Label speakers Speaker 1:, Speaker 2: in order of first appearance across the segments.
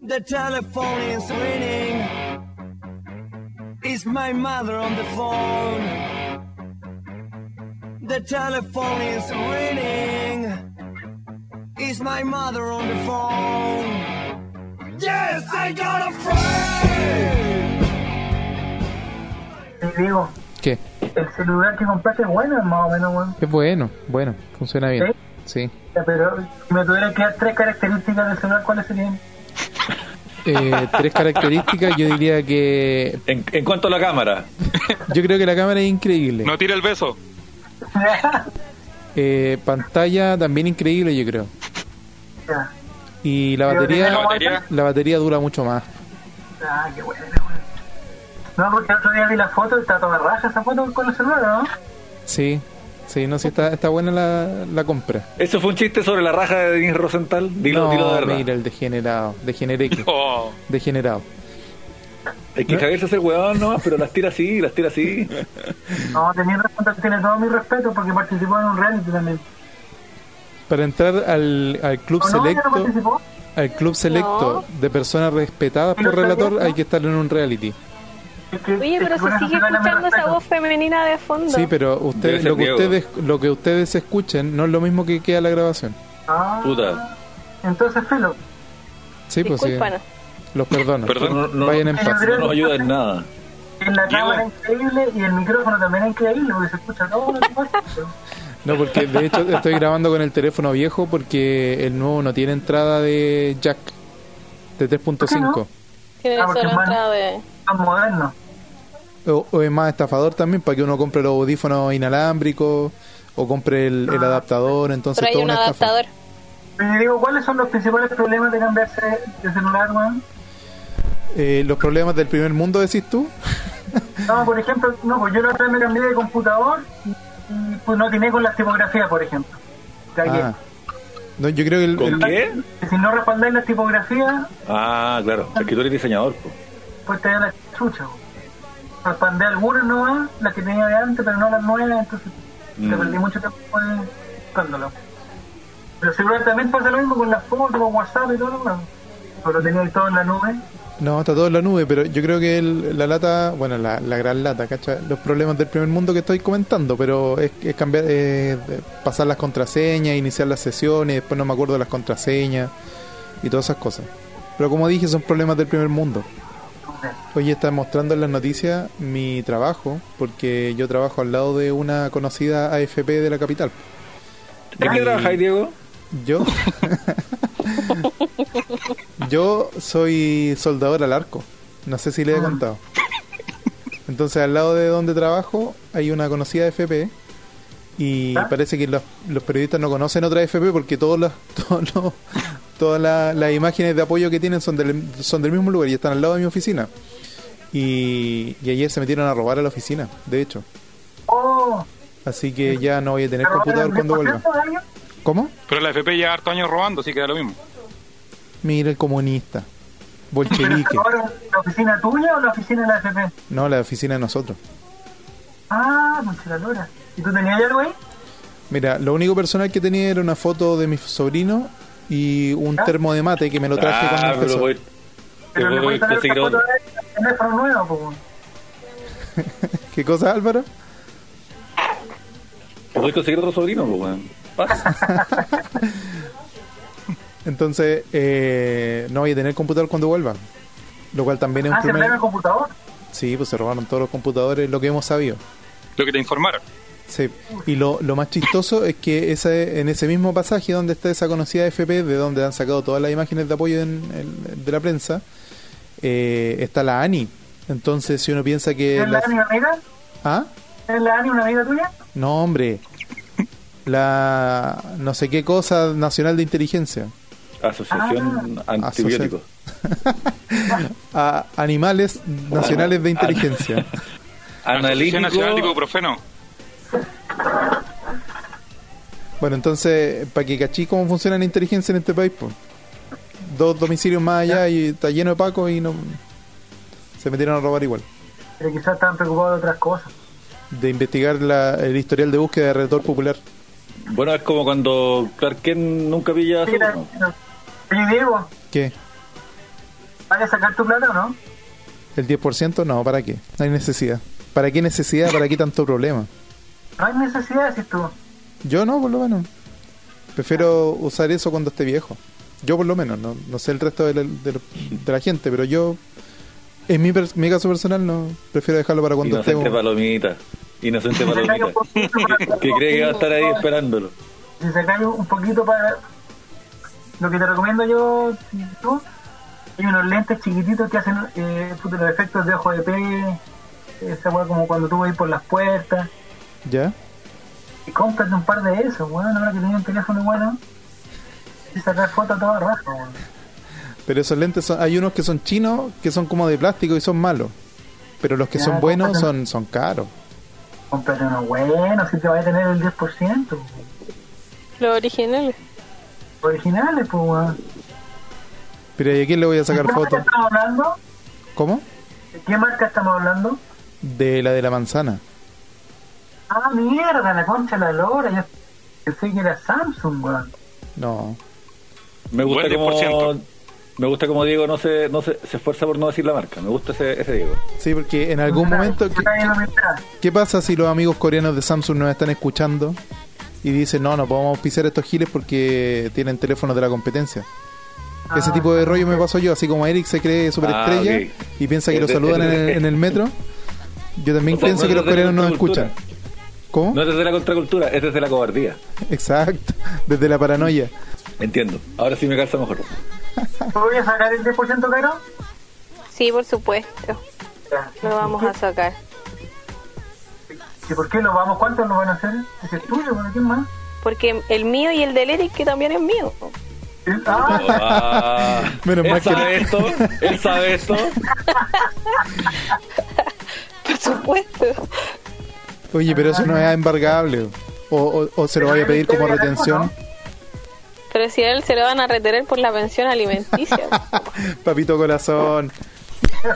Speaker 1: The telephone is ringing. Is my mother on the phone? The telephone is ringing. Is my mother on the phone? Yes, I got a friend.
Speaker 2: Diego,
Speaker 3: ¿Qué?
Speaker 2: el celular que compraste es bueno, más o menos, weón.
Speaker 3: Es bueno, bueno, funciona
Speaker 2: ¿Eh?
Speaker 3: bien. Sí.
Speaker 2: Ya, Pero si me tuviera que dar tres características del celular, ¿cuáles serían?
Speaker 3: Eh, tres características, yo diría que.
Speaker 4: En, en cuanto a la cámara,
Speaker 3: Yo creo que la cámara es increíble.
Speaker 5: No tira el beso.
Speaker 3: Eh, pantalla también increíble, yo creo.
Speaker 2: Ya.
Speaker 3: Y la
Speaker 2: Pero
Speaker 3: batería,
Speaker 5: La
Speaker 2: ¿cómo
Speaker 5: batería.
Speaker 3: la batería dura mucho más.
Speaker 2: Ah, qué bueno, weón. No, porque el otro día vi la foto, está toda raja esa foto con el celular, ¿no?
Speaker 3: Sí, sí, no, sí, está, está buena la, la compra.
Speaker 4: ¿eso fue un chiste sobre la raja de Denis Rosenthal? Dilo,
Speaker 3: no,
Speaker 4: dilo de verdad.
Speaker 3: mira, el degenerado, degenereque,
Speaker 5: Oh,
Speaker 3: degenerado.
Speaker 4: Es que Javier se hace el huevón nomás, pero las tira así, las tira así.
Speaker 2: No, tenía razón, tiene todo mi respeto porque participó en un reality también.
Speaker 3: Para entrar al, al club
Speaker 2: ¿O no? ¿Ya no
Speaker 3: selecto,
Speaker 2: participó?
Speaker 3: al club selecto de personas respetadas por relator, hay que estar en un reality.
Speaker 2: Es que-
Speaker 6: Oye,
Speaker 2: es
Speaker 6: pero
Speaker 2: que con
Speaker 6: se
Speaker 2: el
Speaker 6: sigue
Speaker 2: celular me
Speaker 6: escuchando esa
Speaker 2: respeto.
Speaker 6: voz femenina de fondo.
Speaker 3: Sí, pero ustedes,
Speaker 4: Debe ser
Speaker 3: lo que
Speaker 4: Diego.
Speaker 3: ustedes, lo que ustedes escuchen no es lo mismo que queda la grabación.
Speaker 2: Ah,
Speaker 4: Puta.
Speaker 2: Entonces, Filo,
Speaker 3: Sí, pues sí.
Speaker 6: Discúlpanos.
Speaker 3: Los perdono.
Speaker 5: Perdón.
Speaker 4: No, no,
Speaker 3: Vayan en
Speaker 2: no,
Speaker 3: paz.
Speaker 2: no,
Speaker 4: no nos ayuda en nada.
Speaker 2: en la
Speaker 5: Diego.
Speaker 2: cámara es increíble y el micrófono también es increíble porque se escucha todo lo que pasa.
Speaker 3: No, porque de hecho estoy grabando con el teléfono viejo porque el nuevo no tiene entrada de jack de 3.5.
Speaker 6: Tienen
Speaker 2: Ah, porque
Speaker 6: solo
Speaker 2: es mala.
Speaker 6: entrada de.
Speaker 2: Tan moderno.
Speaker 3: O, o es más estafador también para que uno compre los audífonos inalámbricos o compre el,
Speaker 2: Ah.
Speaker 3: el adaptador. Entonces,
Speaker 6: Pero hay
Speaker 3: toda
Speaker 6: un
Speaker 3: una estafa.
Speaker 6: adaptador.
Speaker 2: Pero digo, ¿cuáles son los principales problemas de cambiarse de celular, weón?
Speaker 3: Eh, los problemas del primer mundo, decís tú.
Speaker 2: No, por ejemplo, no, pues yo la otra vez me cambié de computador y, y, pues no tiene con la tipografía, por ejemplo. Cagué.
Speaker 3: Ah. No, yo creo que el-
Speaker 4: ¿Con
Speaker 3: el-
Speaker 4: qué?
Speaker 2: Si no respaldáis la tipografía,
Speaker 4: Ah, claro. Es que tú eres diseñador, po.
Speaker 2: pues te da la chucha. weón. Respaldé algunas nomás, las que tenía de antes, pero no las nuevas, entonces te
Speaker 4: Mm.
Speaker 2: perdí mucho tiempo con- buscándolo. Pero seguramente también pasa lo mismo con las fotos, con WhatsApp y todo lo demás. Pero lo tenía ahí todo en la nube.
Speaker 3: No, está todo en la nube, pero yo creo que el- la lata, bueno, la, la gran lata, ¿cacha? Los problemas del primer mundo que estoy comentando, pero es, es cambiar, eh, de- pasar las contraseñas, iniciar las sesiones, después no me acuerdo de las contraseñas y todas esas cosas. Pero como dije, son problemas del primer mundo. Hoy está mostrando en las noticias mi trabajo, porque yo trabajo al lado de una conocida AFP de la capital.
Speaker 4: ¿En qué trabajáis, Diego?
Speaker 3: Yo. yo soy soldador al arco. No sé si le he contado. Entonces, al lado de donde trabajo, hay una conocida FP. Y parece que los, los periodistas no conocen otra FP porque todos los- todos los- todas la- las imágenes de apoyo que tienen son del, son del mismo lugar y están al lado de mi oficina. Y, y ayer se metieron a robar a la oficina, de hecho.
Speaker 2: ¡Oh!
Speaker 3: Así que ya no voy a tener
Speaker 2: ¿te robaron
Speaker 3: computador
Speaker 2: el
Speaker 3: cuando
Speaker 2: 10%
Speaker 3: vuelva.
Speaker 2: de alguien?
Speaker 3: ¿Cómo?
Speaker 5: pero la FP lleva harto años robando, así que da lo mismo.
Speaker 3: Mira el comunista.
Speaker 2: ¿Pero te
Speaker 3: Bolchevique.
Speaker 2: robaron la oficina tuya o la oficina de la FP?
Speaker 3: No, la oficina de nosotros.
Speaker 2: Ah, mucha la lora. ¿Y tú tenías algo ahí?
Speaker 3: Mira, lo único personal que tenía era una foto de mi sobrino y un termo de mate que me lo traje
Speaker 4: Ah,
Speaker 3: cuando
Speaker 4: pero
Speaker 3: empezó.
Speaker 4: voy.
Speaker 2: Pero le
Speaker 4: voy
Speaker 2: puedes
Speaker 4: a
Speaker 2: sacar
Speaker 4: conseguir
Speaker 2: otra foto
Speaker 4: otro.
Speaker 2: de teléfono nuevo, pues. weón.
Speaker 3: ¿Qué cosa, Álvaro?
Speaker 4: Te voy a conseguir otro sobrino, po, weón. Pasa.
Speaker 3: Entonces, eh, no voy a tener computador cuando vuelva. Lo cual también es un
Speaker 2: Ah, se
Speaker 3: primer...
Speaker 2: pega el computador.
Speaker 3: Sí, pues se robaron todos los computadores, lo que hemos sabido.
Speaker 5: Lo que te informaron.
Speaker 3: Sí. Y lo, lo más chistoso es que ese, en ese mismo pasaje donde está esa conocida FP, de donde han sacado todas las imágenes de apoyo en- en- de la prensa, eh, está la ANI. Entonces, si uno piensa que...
Speaker 2: ¿Es la
Speaker 3: eh, las-
Speaker 2: Ani, una amiga?
Speaker 3: ¿Ah?
Speaker 2: ¿Es la Ani, una amiga tuya?
Speaker 3: No, hombre. La no sé qué cosa nacional de inteligencia.
Speaker 4: Asociación Antibióticos.
Speaker 3: A- Ah, animales nacionales de inteligencia.
Speaker 5: Asociación Nacional de
Speaker 4: Analítico.
Speaker 5: Ibuprofeno.
Speaker 3: Bueno, entonces, para que cachí cómo funciona la inteligencia en este país, pues. Dos domicilios más allá y está lleno de pacos y no. Se metieron a robar igual.
Speaker 2: Pero quizás estaban preocupados de otras cosas.
Speaker 3: De investigar la- el historial de búsqueda de redor popular.
Speaker 4: Bueno, es como cuando Clark Kent nunca pilla a su
Speaker 2: Oye,
Speaker 4: uno.
Speaker 2: Diego,
Speaker 3: ¿Qué?
Speaker 2: ¿Vas a sacar tu plata o no?
Speaker 3: ¿El 10%? No, ¿para qué? No hay necesidad. ¿Para qué necesidad? ¿Para qué tanto problema?
Speaker 2: No hay necesidad, si tú.
Speaker 3: Yo no, por lo menos. Prefiero usar eso cuando esté viejo. Yo por lo menos, no, no sé el resto de la, de la- de la gente, pero yo, en mi, pers- mi caso personal, no prefiero dejarlo para cuando esté...
Speaker 4: Inocente
Speaker 3: un-
Speaker 4: palomita. Inocente
Speaker 2: Si sacáis un
Speaker 4: palomita.
Speaker 2: poquito para-
Speaker 4: Que cree que va a estar ahí esperándolo.
Speaker 2: Si sacáis un poquito para... Lo que te recomiendo yo, si tú, hay unos lentes chiquititos que hacen eh, puta, los efectos de ojo de pez, esa weá como cuando tú vas por las puertas.
Speaker 3: ¿Ya?
Speaker 2: Y cómprate un par de esos, weón, ahora que tenía un teléfono bueno. Y sacar fotos a toda raja, weón.
Speaker 3: Pero esos lentes, son- hay unos que son chinos, que son como de plástico y son malos. Pero los que
Speaker 2: Ya,
Speaker 3: son buenos
Speaker 2: cómprate.
Speaker 3: son, son caros.
Speaker 2: Cómprate unos buenos, si te vas a tener el 10%. weón.
Speaker 6: Los originales.
Speaker 2: Originales, pues, weón.
Speaker 3: Pero ¿y a quién le voy a
Speaker 2: ¿De
Speaker 3: sacar
Speaker 2: qué marca
Speaker 3: fotos?
Speaker 2: estamos hablando?
Speaker 3: ¿Cómo?
Speaker 2: ¿De qué marca estamos hablando?
Speaker 3: De la de la manzana.
Speaker 2: Ah, mierda, la concha de la lora. Yo pensé que era Samsung, weón.
Speaker 3: No.
Speaker 4: Me gusta
Speaker 5: Buen 10%.
Speaker 4: como. Me gusta como Diego no se, no se, se esfuerza por no decir la marca. Me gusta ese, ese Diego.
Speaker 3: Sí, porque en algún momento... ¿qué,
Speaker 2: Está ahí en la mitad.
Speaker 3: qué pasa si los amigos coreanos de Samsung nos están escuchando y dicen, no, no podemos auspiciar estos giles porque tienen teléfonos de la competencia? Ese
Speaker 2: Ah,
Speaker 3: tipo de rollo me pasó yo, así como Eric se cree superestrella
Speaker 4: Ah, ok.
Speaker 3: y piensa que
Speaker 4: Es
Speaker 3: lo
Speaker 4: de-
Speaker 3: saludan en
Speaker 4: es de-
Speaker 3: el, en el metro. Yo también
Speaker 4: O sea,
Speaker 3: pienso
Speaker 4: no
Speaker 3: que
Speaker 4: es
Speaker 3: los
Speaker 4: de la
Speaker 3: coreanos nos
Speaker 4: contracultura.
Speaker 3: escuchan. ¿Cómo?
Speaker 4: No es desde la contracultura, es desde la cobardía.
Speaker 3: Exacto, desde la paranoia.
Speaker 4: Entiendo. Ahora sí me calza mejor.
Speaker 2: ¿Tú voy a sacar el 10% caro?
Speaker 6: Sí, por supuesto.
Speaker 2: Ya.
Speaker 6: Lo vamos a sacar.
Speaker 2: ¿Y por qué lo vamos? ¿Cuántos lo van a hacer? Ese es tuyo, weón. ¿Quién más?
Speaker 6: Porque el mío y el del Eric, que también es mío.
Speaker 2: ¿El- Ah,
Speaker 4: Ah,
Speaker 3: Menos
Speaker 4: él
Speaker 3: mal que-
Speaker 4: sabe esto, él sabe esto.
Speaker 6: Por supuesto.
Speaker 3: Oye, pero eso no es embargable. O, o- o se lo vaya a pedir como retención.
Speaker 6: Pero si a él se lo van a retener por la pensión alimenticia.
Speaker 3: Papito corazón,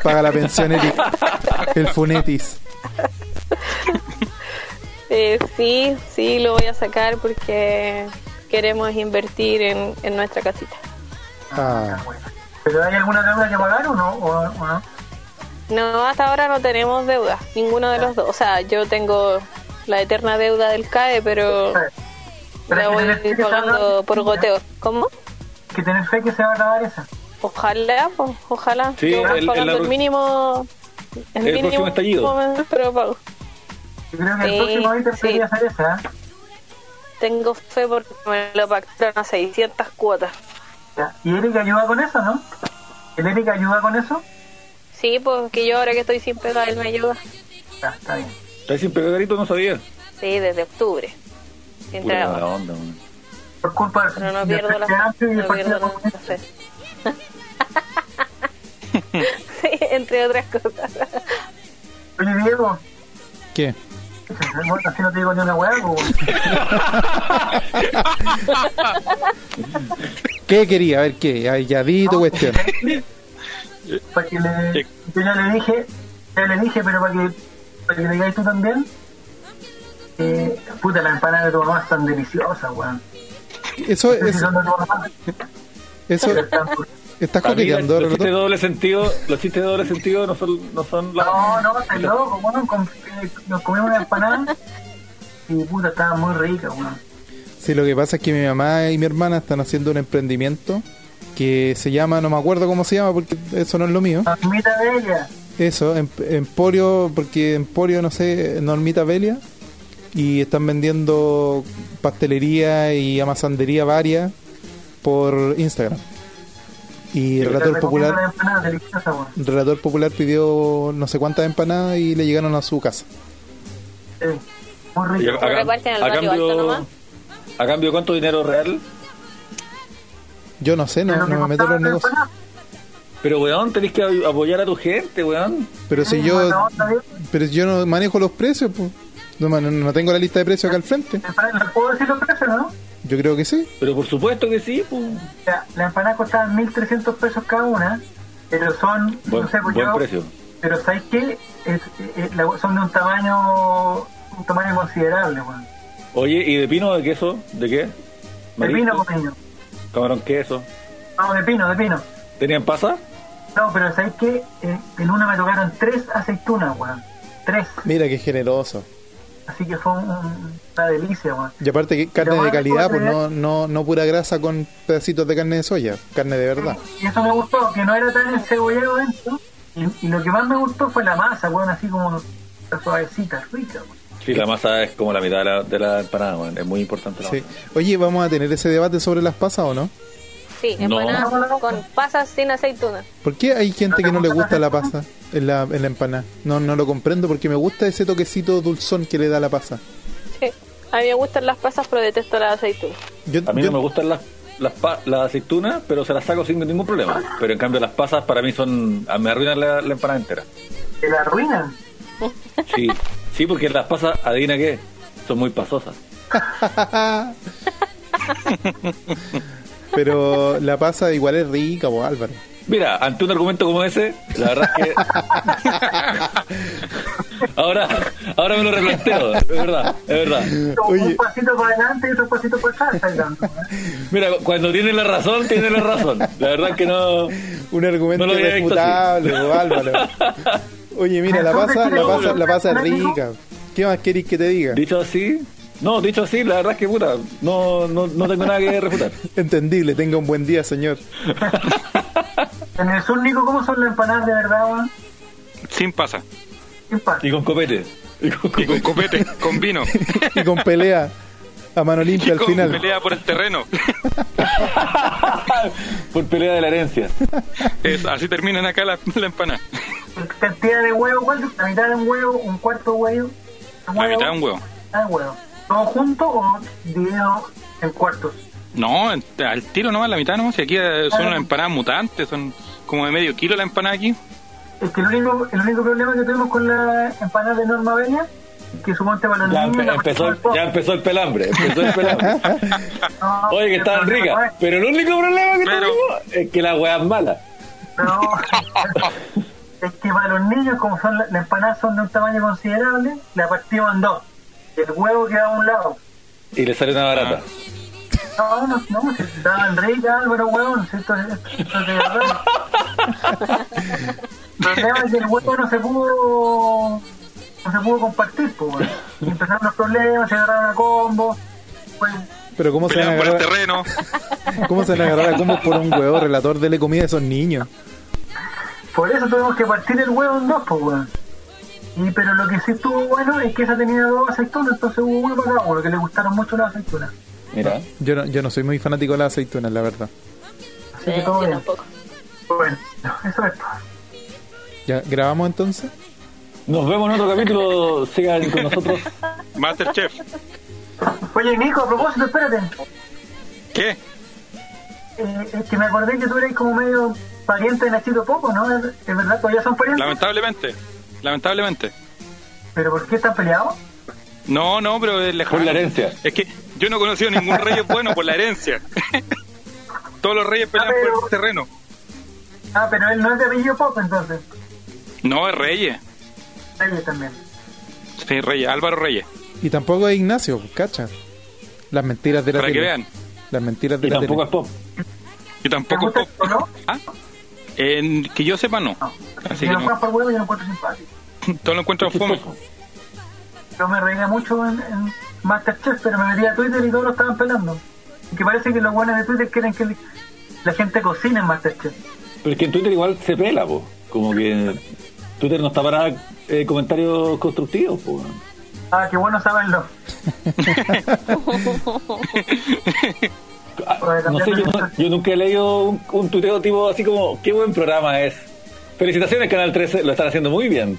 Speaker 3: paga la pensión, Eric. El funetis.
Speaker 6: Eh, sí, sí, lo voy a sacar porque queremos invertir en, en nuestra casita.
Speaker 3: Ah,
Speaker 2: ¿Pero hay alguna deuda que pagar o no? ¿O, o no?
Speaker 6: No, hasta ahora no tenemos deuda, ninguno de los dos. O sea, yo tengo la eterna deuda del CAE, pero la
Speaker 2: hay que tener fe
Speaker 6: voy
Speaker 2: que se va a
Speaker 6: pagando
Speaker 2: acabar.
Speaker 6: por goteo. ¿Cómo?
Speaker 2: Hay que tener fe que se va a acabar esa.
Speaker 6: Ojalá, pues, ojalá.
Speaker 4: Sí,
Speaker 6: yo voy
Speaker 4: el- el-
Speaker 6: pagando
Speaker 4: la-
Speaker 6: el mínimo.
Speaker 4: el próximo estallido.
Speaker 6: momento, pero pago.
Speaker 2: Yo creo que el
Speaker 6: Sí,
Speaker 2: próximo ítem
Speaker 6: sí.
Speaker 2: debería ser ese, ¿ah?
Speaker 6: Tengo fe porque me lo pactaron a 600 cuotas.
Speaker 2: Ya. ¿Y Eric ayuda con eso, no? ¿El Eric ayuda con eso?
Speaker 6: Sí, porque yo ahora que estoy sin pega, él me ayuda.
Speaker 2: Ya, está bien.
Speaker 4: Está sin pegarito, no sabía.
Speaker 6: Sí, desde octubre. Sin
Speaker 4: Pura
Speaker 6: trabajo.
Speaker 4: mala onda, man.
Speaker 2: Por culpa del-
Speaker 6: Pero no
Speaker 2: del
Speaker 6: pierdo la
Speaker 2: frente amplio y del
Speaker 6: no pierdo
Speaker 2: partido
Speaker 6: la
Speaker 2: comunista.
Speaker 6: fe. Sí, entre otras cosas.
Speaker 2: Oye, Diego,
Speaker 3: ¿qué?
Speaker 2: así no te digo ni una hueá, pues.
Speaker 3: ¿Qué quería? A ver, ¿qué? Ay, ya vi tu cuestión.
Speaker 2: Para que le,
Speaker 5: Sí.
Speaker 2: yo ya le dije, ya le dije, pero para que, para que le digáis tú también. Eh, puta, las empanadas de tu mamá están deliciosas, weón.
Speaker 3: Eso,
Speaker 2: No sé si
Speaker 3: eso,
Speaker 2: son de tu mamá,
Speaker 3: eso,
Speaker 2: pero están-
Speaker 3: estás
Speaker 4: Para mí,
Speaker 3: coqueteando,
Speaker 4: los chistes de
Speaker 3: Renato?
Speaker 4: doble sentido, los chistes de doble sentido no son, no son la-
Speaker 2: No, no, estás loco, weón. com- eh, Nos comimos una empanada y puta, estaban muy ricas, weón.
Speaker 3: Sí, lo que pasa es que mi mamá y mi hermana están haciendo un emprendimiento que se llama, no me acuerdo cómo se llama porque eso no es lo mío.
Speaker 2: Mamita de ella.
Speaker 3: Eso, em- Emporio, porque Emporio, no sé, Normita Velia. Y están vendiendo pastelería y amasandería varias por Instagram. Y Relator
Speaker 2: Las
Speaker 3: Popular,
Speaker 2: empanadas deliciosas, weón.
Speaker 3: Relator Popular pidió no sé cuántas empanadas y le llegaron a su casa.
Speaker 2: Sí, muy
Speaker 4: Y
Speaker 2: rico.
Speaker 6: acá- Reparten el
Speaker 4: a
Speaker 6: barrio alto nomás.
Speaker 4: a cambio, ¿cuánto dinero real?
Speaker 3: Yo no sé, no,
Speaker 2: Pero
Speaker 3: no me
Speaker 2: me
Speaker 3: meto en los
Speaker 2: costaban las
Speaker 3: negocios.
Speaker 2: empanadas.
Speaker 4: Pero, weón, tenés que a- apoyar a tu gente, weón.
Speaker 3: Pero si
Speaker 2: Sí,
Speaker 3: yo,
Speaker 2: buena onda, Diego.
Speaker 3: pero si yo no manejo los precios, pues. No, man- no tengo la lista de precios acá al frente.
Speaker 2: La empanada- ¿les puedo decir los precios, no?
Speaker 3: Yo creo que sí.
Speaker 4: Pero por supuesto que sí, pues.
Speaker 2: La, la empanada costaba 1.300 pesos cada una, pero son,
Speaker 4: Buen-
Speaker 2: no sé, pues
Speaker 4: buen
Speaker 2: yo-
Speaker 4: precio.
Speaker 2: Pero ¿sabes qué? Es- es- la- son de un tamaño un tamaño considerable, weón.
Speaker 4: Oye, ¿y de pino de queso? ¿De qué?
Speaker 2: De
Speaker 4: Marisco,
Speaker 2: pino, pues, costeño.
Speaker 4: Camarón queso.
Speaker 2: No, de pino, de pino.
Speaker 4: ¿Tenían pasa?
Speaker 2: No, pero ¿sabéis qué? Eh, en una me tocaron tres aceitunas, weón. Tres.
Speaker 3: Mira qué generoso.
Speaker 2: Así que fue un- una delicia, weón.
Speaker 3: Y aparte que carne
Speaker 2: Pero
Speaker 3: de
Speaker 2: más
Speaker 3: calidad, pues
Speaker 2: después de-
Speaker 3: no, no, no pura grasa con pedacitos de carne de soya, carne de verdad.
Speaker 2: Y eso me gustó, que no era tan encebollado dentro. Y, y lo que más me gustó fue la masa, weón, así como suavecita, rica, weón.
Speaker 4: Sí, la masa es como la mitad de la, de la empanada, weón. Es muy importante la
Speaker 3: Sí.
Speaker 4: masa.
Speaker 3: Oye, ¿vamos a tener ese debate sobre las pasas o no?
Speaker 6: Sí,
Speaker 4: No.
Speaker 6: empanada con pasas sin aceituna.
Speaker 3: ¿Por qué hay gente
Speaker 2: ¿No te
Speaker 3: que no le
Speaker 2: gusta
Speaker 3: gusta
Speaker 2: la
Speaker 3: la pasa en la, en la empanada? No, no lo comprendo porque me gusta ese toquecito dulzón que le da la pasa.
Speaker 6: Sí. A mí me gustan las pasas, pero detesto las aceitunas.
Speaker 3: Yo,
Speaker 4: A mí
Speaker 3: yo-
Speaker 4: no me gustan las, las, pa- las aceitunas, pero se las saco sin ningún problema. Pero en cambio las pasas para mí son... Me arruinan la, la empanada entera.
Speaker 2: Te la arruinan.
Speaker 4: Sí, sí, porque las pasas, adivina qué, son muy pasosas.
Speaker 3: Pero la pasa igual es rica, pues Álvaro.
Speaker 4: Mira, ante un argumento como ese, la verdad es que. ahora, ahora me lo replanteo, es verdad, es verdad.
Speaker 3: Oye.
Speaker 2: Un pasito para adelante y otro pasito para atrás. está llegando, weón.
Speaker 4: Mira, cu- cuando tiene la razón, tiene la razón. La verdad que no.
Speaker 3: Un argumento
Speaker 4: No lo había visto así.
Speaker 3: irrefutable, pues, Álvaro. Oye, mira, la pasa, la pasa, la pasa es rica. ¿Qué más queréis que te diga?
Speaker 4: Dicho así, no, dicho así, la verdad es que puta, no, no, no tengo nada que refutar.
Speaker 3: Entendible, tenga un buen día, señor.
Speaker 2: En el sur, Nico, ¿cómo son las empanadas de verdad, weón?
Speaker 5: Sin pasa.
Speaker 2: Sin par.
Speaker 4: Y con copete. Y con
Speaker 5: Y
Speaker 4: copete.
Speaker 5: con copete, con vino.
Speaker 3: Y con pelea a mano
Speaker 5: Y
Speaker 3: limpia al
Speaker 5: con
Speaker 3: final.
Speaker 5: pelea por el terreno.
Speaker 4: Por pelea de la herencia.
Speaker 5: Es- así terminan acá la, la empanada.
Speaker 2: Cantidad de huevo, ¿cuánto? La mitad de un huevo, un cuarto de huevo. un
Speaker 5: La
Speaker 2: huevo,
Speaker 5: mitad de un huevo.
Speaker 2: Ah, huevo. ¿Todo junto o dividido en cuartos?
Speaker 5: No, en- al tiro nomás, la mitad nomás. Y aquí eh,
Speaker 4: Ah.
Speaker 5: son unas empanadas mutantes, son como de medio kilo la empanada aquí.
Speaker 2: Es que el único, el único problema que tuvimos con la empanada de Norma Bella que suponte para los
Speaker 4: Ya,
Speaker 2: niños...
Speaker 4: empe-
Speaker 2: la
Speaker 4: empezó,
Speaker 2: pasamos
Speaker 4: ya
Speaker 2: al
Speaker 4: empezó el pelambre. Empezó el pelambre.
Speaker 2: fondo.
Speaker 4: Oye, que estaban
Speaker 2: No,
Speaker 4: ricas. Pero el único problema que
Speaker 5: Pero-
Speaker 4: tenemos es que la weá es mala.
Speaker 2: No, es que para los niños, como son la- las empanadas son de un tamaño considerable, la partimos en dos. El huevo queda a un lado.
Speaker 4: Y le sale una barata.
Speaker 2: No, no, no, si estaban ricas, Álvaro, huevón. si Esto, esto, es de verdad. El problema es que el huevo no se pudo no se pudo compartir, pues, weón. Y Empezaron los problemas, se agarraron a combo. Pues,
Speaker 3: Pero ¿cómo se, van a
Speaker 5: Pelean por el
Speaker 3: agarrar,
Speaker 5: terreno.
Speaker 3: ¿cómo se van a agarrar a combos por un huevo relator? Dele comida a esos niños.
Speaker 2: Por eso tuvimos que partir el huevo en dos, pues, weón. Y, pero lo que sí estuvo bueno es que esa tenía dos aceitunas, entonces hubo uno para cada uno, que le gustaron mucho las aceitunas.
Speaker 4: Mira.
Speaker 3: Yo no, yo no soy muy fanático de las aceitunas, la verdad.
Speaker 2: Así
Speaker 6: Sí,
Speaker 2: que todo
Speaker 6: yo
Speaker 2: bien.
Speaker 6: tampoco.
Speaker 2: Bueno, eso es todo.
Speaker 3: ¿Ya grabamos entonces?
Speaker 4: Nos vemos en otro capítulo. Sigan con nosotros.
Speaker 5: Masterchef.
Speaker 2: Oye, Nico, a propósito, espérate.
Speaker 5: ¿Qué?
Speaker 2: Eh, es que me acordé que tú eres como medio pariente de Nachito Poco, ¿no? ¿Es, es verdad? ¿Todavía son parientes?
Speaker 5: Lamentablemente. Lamentablemente.
Speaker 2: ¿Pero por qué están peleados?
Speaker 5: No, no, pero es lejano.
Speaker 4: Por la herencia.
Speaker 5: Es que yo no he conocido ningún rey bueno por la herencia. Todos los reyes pelean
Speaker 2: Ah, pero-
Speaker 5: por el terreno.
Speaker 2: Ah, pero él no es de apellido Poco, entonces.
Speaker 5: No, es Reyes.
Speaker 2: Reyes también.
Speaker 5: Sí, Reyes, Álvaro Reyes.
Speaker 3: Y tampoco es Ignacio, cacha. Las mentiras de la
Speaker 5: Para que
Speaker 3: tele.
Speaker 5: vean.
Speaker 3: Las mentiras de
Speaker 4: Y
Speaker 3: la
Speaker 4: tampoco es
Speaker 3: tele.
Speaker 4: pop.
Speaker 5: Y
Speaker 2: ¿Te
Speaker 5: tampoco
Speaker 2: gusta
Speaker 5: Pop.
Speaker 2: el color? Ah.
Speaker 5: Ah, en- que yo sepa, no.
Speaker 2: No.
Speaker 5: Así
Speaker 2: Si
Speaker 5: que
Speaker 2: no
Speaker 5: no.
Speaker 2: fuera por huevo, yo lo encuentro simpático.
Speaker 5: Todo lo encuentro
Speaker 2: Este,
Speaker 5: fome.
Speaker 2: Yo me reía mucho en, en Masterchef, pero me metía a Twitter y todos lo estaban pelando. Y que parece que los buenos de Twitter quieren que la gente cocine en Masterchef.
Speaker 4: Pero es que en Twitter igual se pela, po. Como que Twitter no está para eh, comentarios constructivos, po.
Speaker 2: Ah, qué bueno saberlo.
Speaker 4: Ah, No sé, yo, no- yo nunca he leído un, un tuiteo tipo así como, qué buen programa es. Felicitaciones, Canal 13, lo están haciendo muy bien.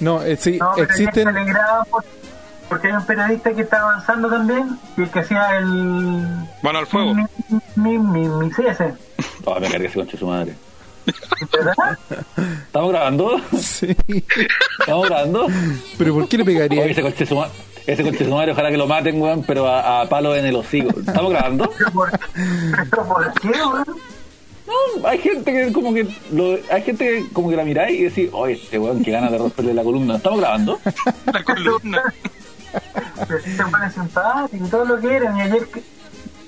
Speaker 3: No, eh, sí,
Speaker 2: No, pero
Speaker 3: existen.
Speaker 2: ya se alegraban por- porque hay un periodista que está avanzando también y el que hacía el...
Speaker 5: Mano al fuego.
Speaker 2: Mi, mi, mi, mi- sí, ese.
Speaker 4: Ah, me cargué ese conche su madre.
Speaker 2: ¿Verdad?
Speaker 4: ¿Estamos grabando?
Speaker 3: Sí.
Speaker 4: ¿Estamos grabando?
Speaker 3: Pero ¿por qué le pegaría?
Speaker 4: Oye, ese conche su ma- Ese conche su madre, ojalá que lo maten, weón, pero a, a palo en el hocico. ¿Estamos grabando?
Speaker 2: Pero por, pero por qué, weón?
Speaker 4: No, hay gente que como que lo- hay gente que como que la miráis y decís, oye, este weón que gana de romperle la columna, ¿estamos grabando?
Speaker 5: La columna.
Speaker 2: Pero si se ponen simpáticos y todo lo que eran. Y ayer, que-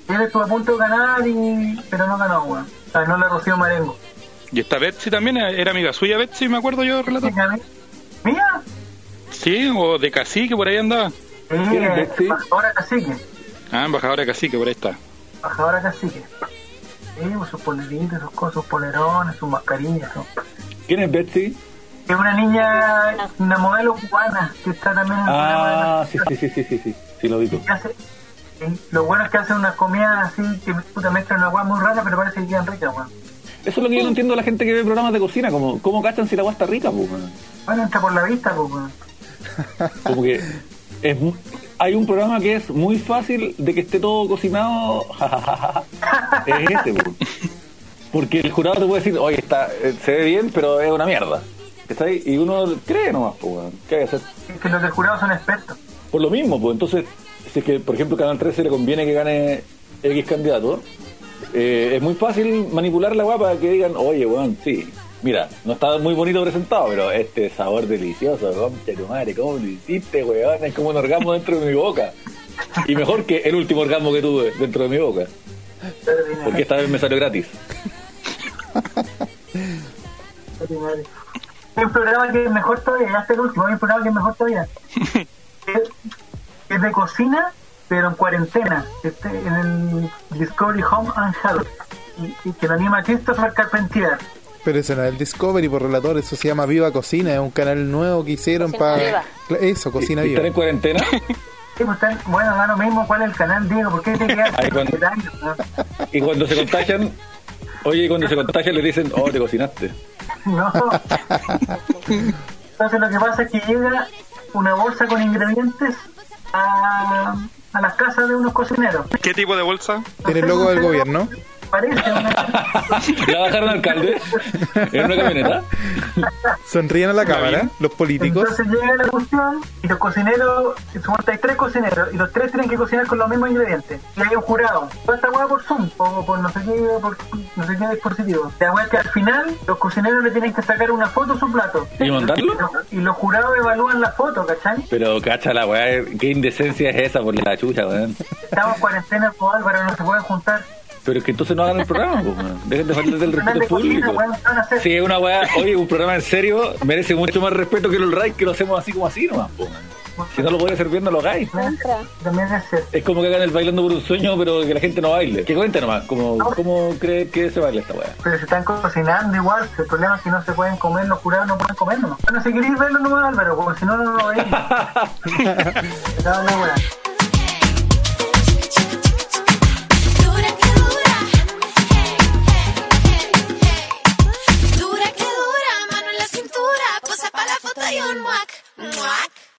Speaker 2: ayer estuvo a punto de ganar, y, pero no ganó, weón. O sea, no le roció Marengo.
Speaker 5: Y esta Betsy también eh, era amiga suya, Betsy, me acuerdo yo, relato.
Speaker 2: Mira,
Speaker 5: Sí, o de cacique, por ahí andaba.
Speaker 2: sí,
Speaker 4: ¿Quién es
Speaker 2: eh,
Speaker 4: Betsy?
Speaker 2: bajadora cacique,
Speaker 5: Ah, embajadora de cacique, por ahí está.
Speaker 2: bajadora cacique. Sí, pues, sus poleritos, sus cosas, sus polerones, sus mascarillas. ¿no?
Speaker 4: ¿Quién es Betsy?
Speaker 2: Es una niña, una modelo cubana que está también en el programa
Speaker 4: Ah,
Speaker 2: de
Speaker 4: sí, sí, sí, sí, sí, sí, sí, lo vi tú.
Speaker 2: Y hace- eh, Lo bueno es que hacen unas comidas así que puta mezclan una hueá muy rara, pero parece que quedan ricas, weón.
Speaker 4: Eso es lo que yo no entiendo de la gente que ve programas de cocina, como cómo cachan si la agua está rica, pues. weón?
Speaker 2: Bueno, entra por la vista, pues, weón.
Speaker 4: Como que es mu- hay un programa que es muy fácil de que esté todo cocinado. es ese, po. porque el jurado te puede decir, oye, está, eh, se ve bien, pero es una mierda. ¿Cachai? Y uno cree nomás, po, weón. ¿Qué hay que hacer?
Speaker 2: Es que los del jurado son expertos.
Speaker 4: Por lo mismo, pues entonces, si es que, por ejemplo, Canal 13 le conviene que gane X candidato, eh, es muy fácil manipular la guapa para que digan, oye, weón, sí, mira, no está muy bonito presentado, pero este sabor delicioso, concha tu madre, ¿cómo lo hiciste, weón? Es como un orgasmo dentro de mi boca. Y mejor que el último orgasmo que tuve dentro de mi boca, porque esta vez me salió gratis.
Speaker 2: Hay un programa que es mejor todavía, ya está el último, hay un programa que es mejor todavía. es, es de cocina, pero en cuarentena, este, en el Discovery Home and Health, y, y que lo anima Christopher Carpentier.
Speaker 3: Pero ese no es el Discovery por relator, eso se llama Viva Cocina, es un canal nuevo que hicieron
Speaker 6: Cocina
Speaker 3: para...
Speaker 6: Viva.
Speaker 3: Eso, Cocina
Speaker 4: ¿Y- y
Speaker 3: Viva.
Speaker 4: ¿Están en cuarentena?
Speaker 2: Sí, pues, tal- bueno, da lo mismo cuál es el canal, Diego, porque hay que quedar
Speaker 4: Ahí con-
Speaker 2: años,
Speaker 4: Y cuando se contagian, oye, y cuando se contagian les dicen, oh, te cocinaste.
Speaker 2: No. Entonces lo que pasa es que llega una bolsa con ingredientes a, a las casas de unos cocineros.
Speaker 5: ¿Qué tipo de bolsa?
Speaker 3: Tiene el logo del gobierno.
Speaker 2: Parece una...
Speaker 4: ¿La bajaron alcalde? ¿En una camioneta?
Speaker 3: Sonríen a la cámara, los políticos.
Speaker 2: Entonces llega la cuestión y los cocineros, supuestamente hay tres cocineros y los tres tienen que cocinar con los mismos ingredientes. Y hay un jurado. Toda esta hueá por Zoom o por no sé qué, por no sé qué dispositivo. La hueá es que al final los cocineros le tienen que sacar una foto a su plato.
Speaker 4: ¿Y mandarlo?
Speaker 2: Y los jurados evalúan la foto, ¿cachai?
Speaker 4: Pero cacha la weá, qué indecencia es esa por la chucha, weón.
Speaker 2: Estamos en cuarentena, pues Álvaro, no se pueden juntar.
Speaker 4: Pero es que entonces no hagan el programa, pues, weón. Dejen de faltar el
Speaker 2: Canal
Speaker 4: respeto
Speaker 2: de
Speaker 4: al
Speaker 2: cocina,
Speaker 4: público.
Speaker 2: weón, ¿qué van a hacer?
Speaker 4: Si es una weá, oye, un programa en serio merece mucho más respeto que el All Right, que lo hacemos así como así nomás, pues, weón. Si no lo puede hacer bien, no lo hagáis.
Speaker 6: Contra.
Speaker 2: También es cierto.
Speaker 4: Es como que hagan el bailando por un sueño, pero que la gente no baile. Que cuente nomás, como, ¿cómo cree que se baila esta weá?
Speaker 2: Pero se están cocinando igual, el problema es que no se pueden comer, los jurados no pueden comer nomás. Bueno, si queréis verlo nomás, Álvaro, porque si no, no lo veis. Estaba muy buena.
Speaker 7: Dura que dura, hey, hey, hey, hey. Dura que dura, mano en la cintura, posa para la foto y un muac, muac.